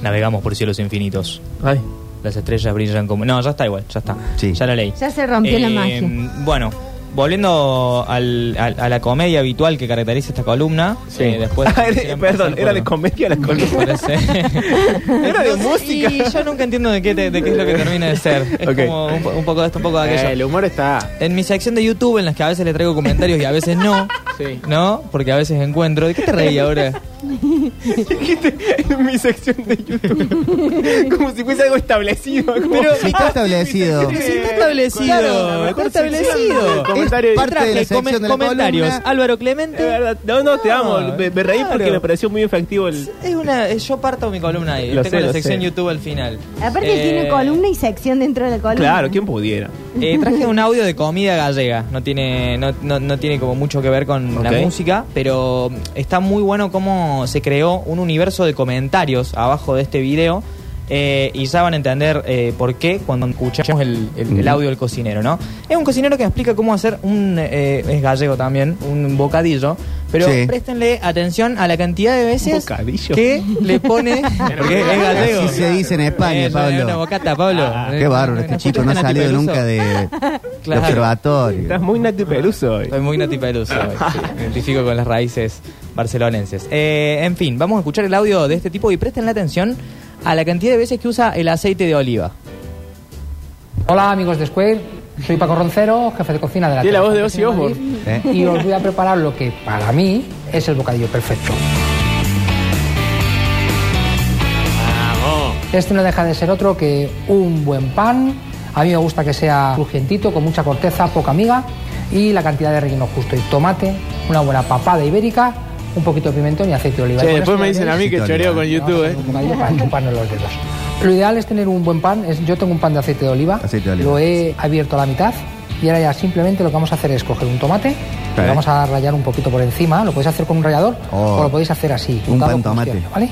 Speaker 5: Navegamos por cielos infinitos.
Speaker 6: Ay.
Speaker 5: Las estrellas brillan como... No, ya está igual, ya está.
Speaker 2: Sí.
Speaker 5: Ya lo leí. Eh,
Speaker 4: Ya se rompió la magia.
Speaker 5: Bueno, volviendo al- al- a la comedia habitual que caracteriza esta columna.
Speaker 3: Sí.
Speaker 5: eh, después
Speaker 6: Ah, era- perdón, era de comedia la columna.
Speaker 5: Parece.
Speaker 6: Era de
Speaker 5: Entonces,
Speaker 6: música.
Speaker 5: Y yo nunca entiendo de qué, te- de qué es lo que termina de ser. Es
Speaker 6: Ok.
Speaker 5: como un, po- un poco de esto, un poco de
Speaker 3: Eh, el
Speaker 5: aquello.
Speaker 3: humor está.
Speaker 5: En mi sección de YouTube, en las que a veces le traigo comentarios y a veces no,
Speaker 3: Sí.
Speaker 5: ¿no? Porque a veces encuentro. ¿De qué te reí ahora?
Speaker 8: Dijiste en mi sección de YouTube. Como si fuese algo establecido.
Speaker 2: Pero si está establecido.
Speaker 8: Sí,
Speaker 5: Sí, está establecido,
Speaker 8: claro,
Speaker 5: está
Speaker 8: mejor
Speaker 5: establecido.
Speaker 8: sección.
Speaker 2: Es
Speaker 8: Comentario-
Speaker 2: parte de la
Speaker 5: Traje
Speaker 2: sección
Speaker 5: comen-
Speaker 2: de la
Speaker 5: comentarios.
Speaker 2: columna.
Speaker 5: Álvaro
Speaker 6: De
Speaker 5: Clemente.
Speaker 6: verdad. No, no, te amo. Me, me reí porque
Speaker 5: claro.
Speaker 6: me pareció muy efectivo el.
Speaker 5: Es una, es- yo parto mi columna ahí.
Speaker 6: Lo
Speaker 5: Tengo
Speaker 6: sé,
Speaker 5: la
Speaker 6: lo
Speaker 5: sección
Speaker 6: sé.
Speaker 5: YouTube al final.
Speaker 4: Aparte
Speaker 5: Eh,
Speaker 4: tiene columna y sección dentro de la columna.
Speaker 6: Claro, ¿quién pudiera?
Speaker 5: eh, traje un audio de comida gallega. No tiene, no, no- no tiene como mucho que ver con la
Speaker 6: Ok.
Speaker 5: música, pero está muy bueno cómo se creó un universo de comentarios abajo de este video. eh, y ya van a entender eh, por qué cuando escuchamos el, el- el audio del cocinero, ¿no? Es un cocinero que explica cómo hacer un. eh, es gallego también, un bocadillo. Pero
Speaker 2: Sí.
Speaker 5: préstenle atención a la cantidad de veces
Speaker 6: bocadillo.
Speaker 5: que le pone. Porque es gallego.
Speaker 2: Así se dice en España,
Speaker 5: Eh,
Speaker 2: Pablo.
Speaker 5: Una bocata, Pablo.
Speaker 2: Qué bárbaro, este chico no ha salido nunca de, de
Speaker 5: Claro.
Speaker 6: Estás
Speaker 2: observatorio.
Speaker 6: muy Nati Peluso hoy.
Speaker 5: Soy muy Nati Peluso, eh, sí, me identifico con las raíces barcelonenses. Eh, en fin, vamos a escuchar el audio de este tipo y presten la atención a la cantidad de veces que usa el aceite de oliva.
Speaker 9: Hola Ah, amigos de Square, soy Paco Roncero, jefe de cocina de la
Speaker 3: Tiene la voz de
Speaker 9: Telefónica
Speaker 3: Ozzy
Speaker 9: Madrid,
Speaker 2: Osbourne.
Speaker 6: Eh.
Speaker 9: Y os voy a preparar lo que para mí es el bocadillo perfecto. Este no deja de ser otro que un buen pan. A mí me gusta que sea crujientito, con mucha corteza, poca miga y la cantidad de relleno justo. Y tomate, una buena papada ibérica, un poquito de pimentón y aceite de oliva. Y
Speaker 3: Che,
Speaker 9: con este esto
Speaker 3: después
Speaker 9: ya
Speaker 3: me dicen a
Speaker 9: veis
Speaker 3: mí que choreo con
Speaker 9: que vamos
Speaker 3: YouTube,
Speaker 9: a
Speaker 3: ¿eh?
Speaker 9: hacer un bocadillo para chuparnos los dedos. Lo ideal es tener un buen pan. Es- Yo tengo un pan de aceite de oliva.
Speaker 2: Aceite de oliva.
Speaker 9: Lo he abierto a la mitad y ahora ya simplemente lo que vamos a hacer es coger un tomate,
Speaker 2: Ok.
Speaker 9: lo vamos a rayar un poquito por encima. Lo podéis hacer con un rallador
Speaker 2: Oh.
Speaker 9: o lo podéis hacer así.
Speaker 2: Un
Speaker 9: untado
Speaker 2: pan
Speaker 9: con
Speaker 2: tomate.
Speaker 9: cierto, ¿Vale?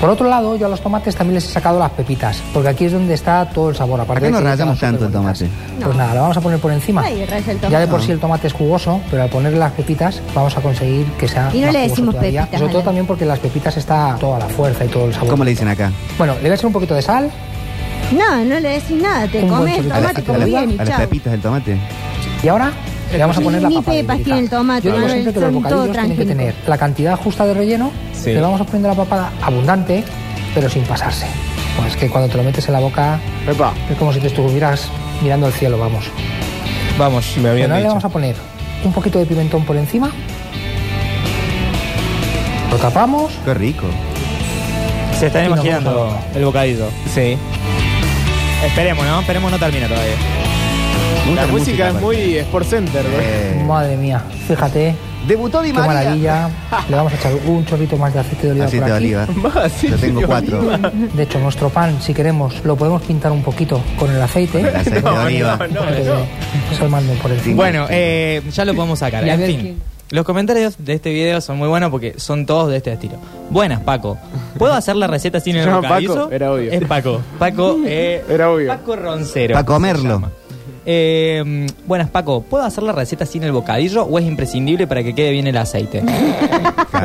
Speaker 9: Por otro lado, yo a los tomates también les he sacado las pepitas, porque aquí es donde está todo el sabor. Aparte
Speaker 2: Acá
Speaker 9: de
Speaker 2: no
Speaker 9: que
Speaker 2: rallamos
Speaker 9: quedan
Speaker 2: tanto el
Speaker 9: superbonitas.
Speaker 2: tomate.
Speaker 9: Pues
Speaker 4: No.
Speaker 9: nada, lo vamos a poner por encima.
Speaker 4: Ay, raya el
Speaker 9: Ya de
Speaker 4: tomate.
Speaker 9: por sí el tomate es jugoso, pero al poner las pepitas vamos a conseguir que sea.
Speaker 4: Y no
Speaker 9: más
Speaker 4: le
Speaker 9: jugoso
Speaker 4: decimos
Speaker 9: todavía.
Speaker 4: pepitas,
Speaker 9: Sobre todo
Speaker 4: Alan.
Speaker 9: también porque las pepitas está toda la fuerza y todo el sabor.
Speaker 2: ¿Cómo le dicen acá?
Speaker 9: Bueno, le voy a echar un poquito de sal,
Speaker 4: No, no le decís nada, te
Speaker 9: Un buen
Speaker 4: comes el
Speaker 9: chorizo.
Speaker 2: A, la-
Speaker 4: tomate
Speaker 2: a
Speaker 4: como
Speaker 2: la-
Speaker 4: bien y
Speaker 2: a las
Speaker 4: chao.
Speaker 2: pepitas del tomate.
Speaker 9: Y ahora le vamos a poner la
Speaker 4: Ni
Speaker 9: papa.
Speaker 4: pepas
Speaker 9: ibérica.
Speaker 4: tiene el tomate,
Speaker 9: Yo digo
Speaker 4: Manuel,
Speaker 9: siempre que los
Speaker 4: son todo
Speaker 9: bocadillos tienen que
Speaker 4: transgénico.
Speaker 9: tener la cantidad justa de relleno.
Speaker 6: Sí.
Speaker 9: Le vamos poniendo la papa abundante, pero sin pasarse. Pues que cuando te lo metes en la boca
Speaker 3: Epa.
Speaker 9: es como si te estuvieras mirando al cielo, vamos.
Speaker 5: Vamos.
Speaker 6: Me habían
Speaker 9: Bueno, ahora le vamos
Speaker 6: dicho.
Speaker 9: a poner un poquito de pimentón por encima. Lo tapamos.
Speaker 2: Qué rico.
Speaker 5: Se están
Speaker 9: Y nos
Speaker 5: imaginando
Speaker 9: vamos a
Speaker 5: el bocadillo.
Speaker 6: Sí.
Speaker 5: Esperemos, ¿no? Esperemos no termina todavía.
Speaker 2: Me gusta
Speaker 3: La música es
Speaker 2: aparte.
Speaker 3: muy Sport Center, ¿no?
Speaker 2: Eh,
Speaker 9: Madre mía, fíjate.
Speaker 2: Debutó Di
Speaker 9: Qué
Speaker 2: María.
Speaker 9: maravilla. Le vamos a echar un chorrito más de aceite de oliva
Speaker 2: Aceite
Speaker 9: por
Speaker 2: de
Speaker 9: aquí.
Speaker 2: oliva.
Speaker 6: Más, sí,
Speaker 2: Yo tengo
Speaker 6: señor.
Speaker 2: cuatro.
Speaker 9: De hecho, nuestro pan, si queremos, lo podemos pintar un poquito con el aceite.
Speaker 2: Aceite de oliva.
Speaker 6: No,
Speaker 9: Para que
Speaker 6: no.
Speaker 9: se lo manden por encima.
Speaker 5: Bueno, eh, ya lo podemos sacar.
Speaker 9: Y a
Speaker 5: En
Speaker 9: ver
Speaker 5: fin,
Speaker 9: quién-
Speaker 5: los comentarios de este video son muy buenos porque son todos de este estilo. Buenas, Paco. ¿Puedo hacer la receta sin el
Speaker 3: No,
Speaker 5: bocadillo?
Speaker 3: Paco, era obvio.
Speaker 5: Es Paco. Paco, eh,
Speaker 3: Era obvio.
Speaker 5: Paco Roncero.
Speaker 2: Pa' comerlo.
Speaker 5: se llama. Eh, mm, buenas, Paco. ¿Puedo hacer la receta sin el bocadillo o es imprescindible para que quede bien el aceite?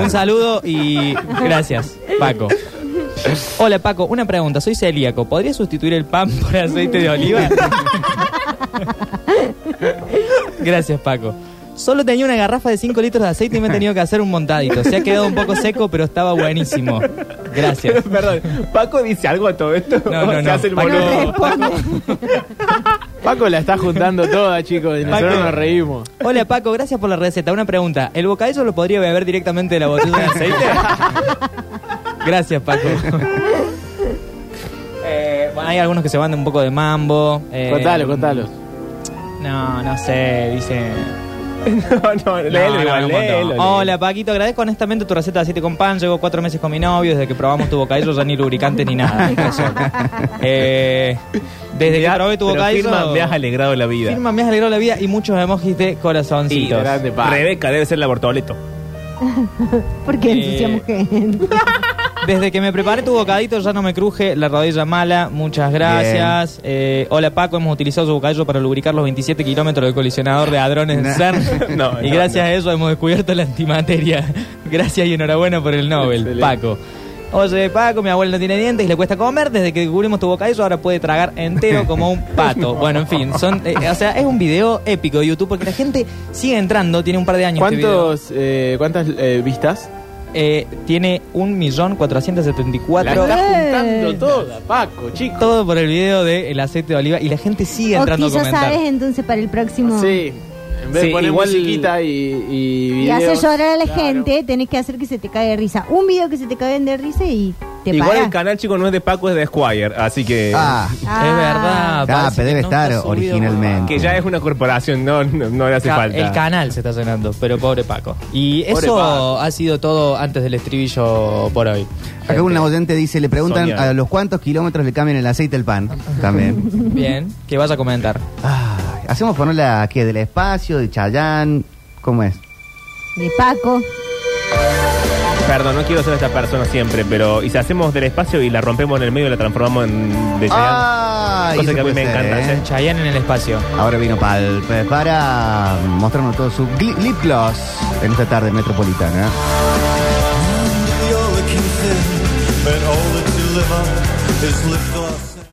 Speaker 5: Un saludo y gracias, Paco. Hola Paco, una pregunta, soy celíaco, ¿podría sustituir el pan por aceite de oliva? Gracias Paco. Solo tenía una garrafa de 5 litros de aceite y me he tenido que hacer un montadito. Se ha quedado un poco seco, pero estaba buenísimo. Gracias.
Speaker 6: Perdón, Paco dice algo a todo esto.
Speaker 5: No, no,
Speaker 6: Se
Speaker 5: no.
Speaker 6: hace el
Speaker 5: Paco-
Speaker 6: boludo.
Speaker 3: Paco la está juntando toda, chicos, y nosotros
Speaker 5: Paco.
Speaker 3: nos reímos.
Speaker 5: Hola Paco, gracias por la receta. Una pregunta, ¿el bocadillo lo podría beber directamente de la botella de aceite? Gracias Paco. Eh, bueno, hay algunos que se van de un poco de mambo. eh,
Speaker 3: Contalo, contalo.
Speaker 5: No, no sé, dice...
Speaker 6: No, no, léelo
Speaker 5: No, no,
Speaker 6: igual,
Speaker 5: no, no.
Speaker 6: léelo.
Speaker 5: Hola Paquito, agradezco honestamente tu receta de aceite con pan. Llevo cuatro meses con mi novio, desde que probamos tu bocadillo ya ni lubricante ni nada. Eh, desde que probé tu
Speaker 6: Pero
Speaker 5: bocadillo.
Speaker 6: firma, me has alegrado la vida.
Speaker 5: Firma, me has alegrado la vida y muchos emojis de corazoncitos.
Speaker 3: grande, pa.
Speaker 6: Rebeca debe ser la Bortoleto.
Speaker 4: Porque
Speaker 5: Eh,
Speaker 4: ensuciamos gente.
Speaker 5: Desde que me preparé tu bocadito ya no me cruje la rodilla mala. Muchas gracias. Eh, hola Paco, hemos utilizado su bocadillo para lubricar los 27 kilómetros del colisionador de hadrones en CERN.
Speaker 6: No,
Speaker 5: y
Speaker 6: no,
Speaker 5: gracias
Speaker 6: no.
Speaker 5: a eso hemos descubierto la antimateria. gracias y enhorabuena por el Nobel,
Speaker 3: Excelente.
Speaker 5: Paco. Oye, Paco, mi abuelo no tiene dientes y le cuesta comer. Desde que descubrimos tu bocadillo ahora puede tragar entero como un pato. Bueno, en fin, son, eh, o sea, es un video épico de YouTube porque la gente sigue entrando. Tiene un par de años. este video.
Speaker 3: ¿Cuántos, eh, ¿Cuántas eh, vistas?
Speaker 5: Eh, tiene un millón cuatrocientos setenta y
Speaker 3: La
Speaker 5: cuatro.
Speaker 3: está juntando toda, Paco, chicos.
Speaker 5: Todo por el video del aceite de oliva y la gente sigue
Speaker 4: O
Speaker 5: entrando a
Speaker 4: Oh, quizás
Speaker 5: comentar.
Speaker 4: sabes entonces para el próximo.
Speaker 3: Sí, En vez de
Speaker 8: Sí,
Speaker 3: poner
Speaker 8: igual-
Speaker 3: musiquita y, y
Speaker 4: Y
Speaker 3: videos.
Speaker 4: hacer llorar a la
Speaker 3: Claro.
Speaker 4: gente, tenés que hacer que se te caiga de risa. Un video que se te caiga de risa y te
Speaker 6: Igual
Speaker 4: parás.
Speaker 6: el canal, chico, no es de Paco, es de Squire. Así que.
Speaker 2: Ah,
Speaker 5: Es verdad.
Speaker 4: Ah.
Speaker 5: parece
Speaker 2: pero debe
Speaker 5: que no está
Speaker 2: estar
Speaker 5: subido.
Speaker 2: originalmente.
Speaker 6: Que ya es una corporación, no, no, no le hace
Speaker 5: Ca-
Speaker 6: falta.
Speaker 5: El canal se está llenando, pero pobre Paco. Y
Speaker 3: Pobre
Speaker 5: eso
Speaker 3: Paco.
Speaker 5: ha sido todo antes del estribillo por hoy.
Speaker 2: acá un oyente dice, le preguntan
Speaker 6: Soñar.
Speaker 2: a los cuántos kilómetros le cambian el aceite al pan. También.
Speaker 5: Bien, que vas a comentar.
Speaker 2: Ay, Hacemos ponerla que del espacio, de Chayán, ¿cómo es?
Speaker 4: De Paco.
Speaker 6: Perdón, no quiero ser esta persona siempre, pero. Y si hacemos del espacio y la rompemos en el medio y la transformamos en. De
Speaker 2: Ah,
Speaker 6: Cosa que a mí me encanta, ¿eh?
Speaker 5: Chayanne en el espacio.
Speaker 2: Ahora vino Palpe para mostrarnos todo su gli- lip gloss en esta tarde metropolitana.
Speaker 10: You're looking thin, but all that you live on is lifted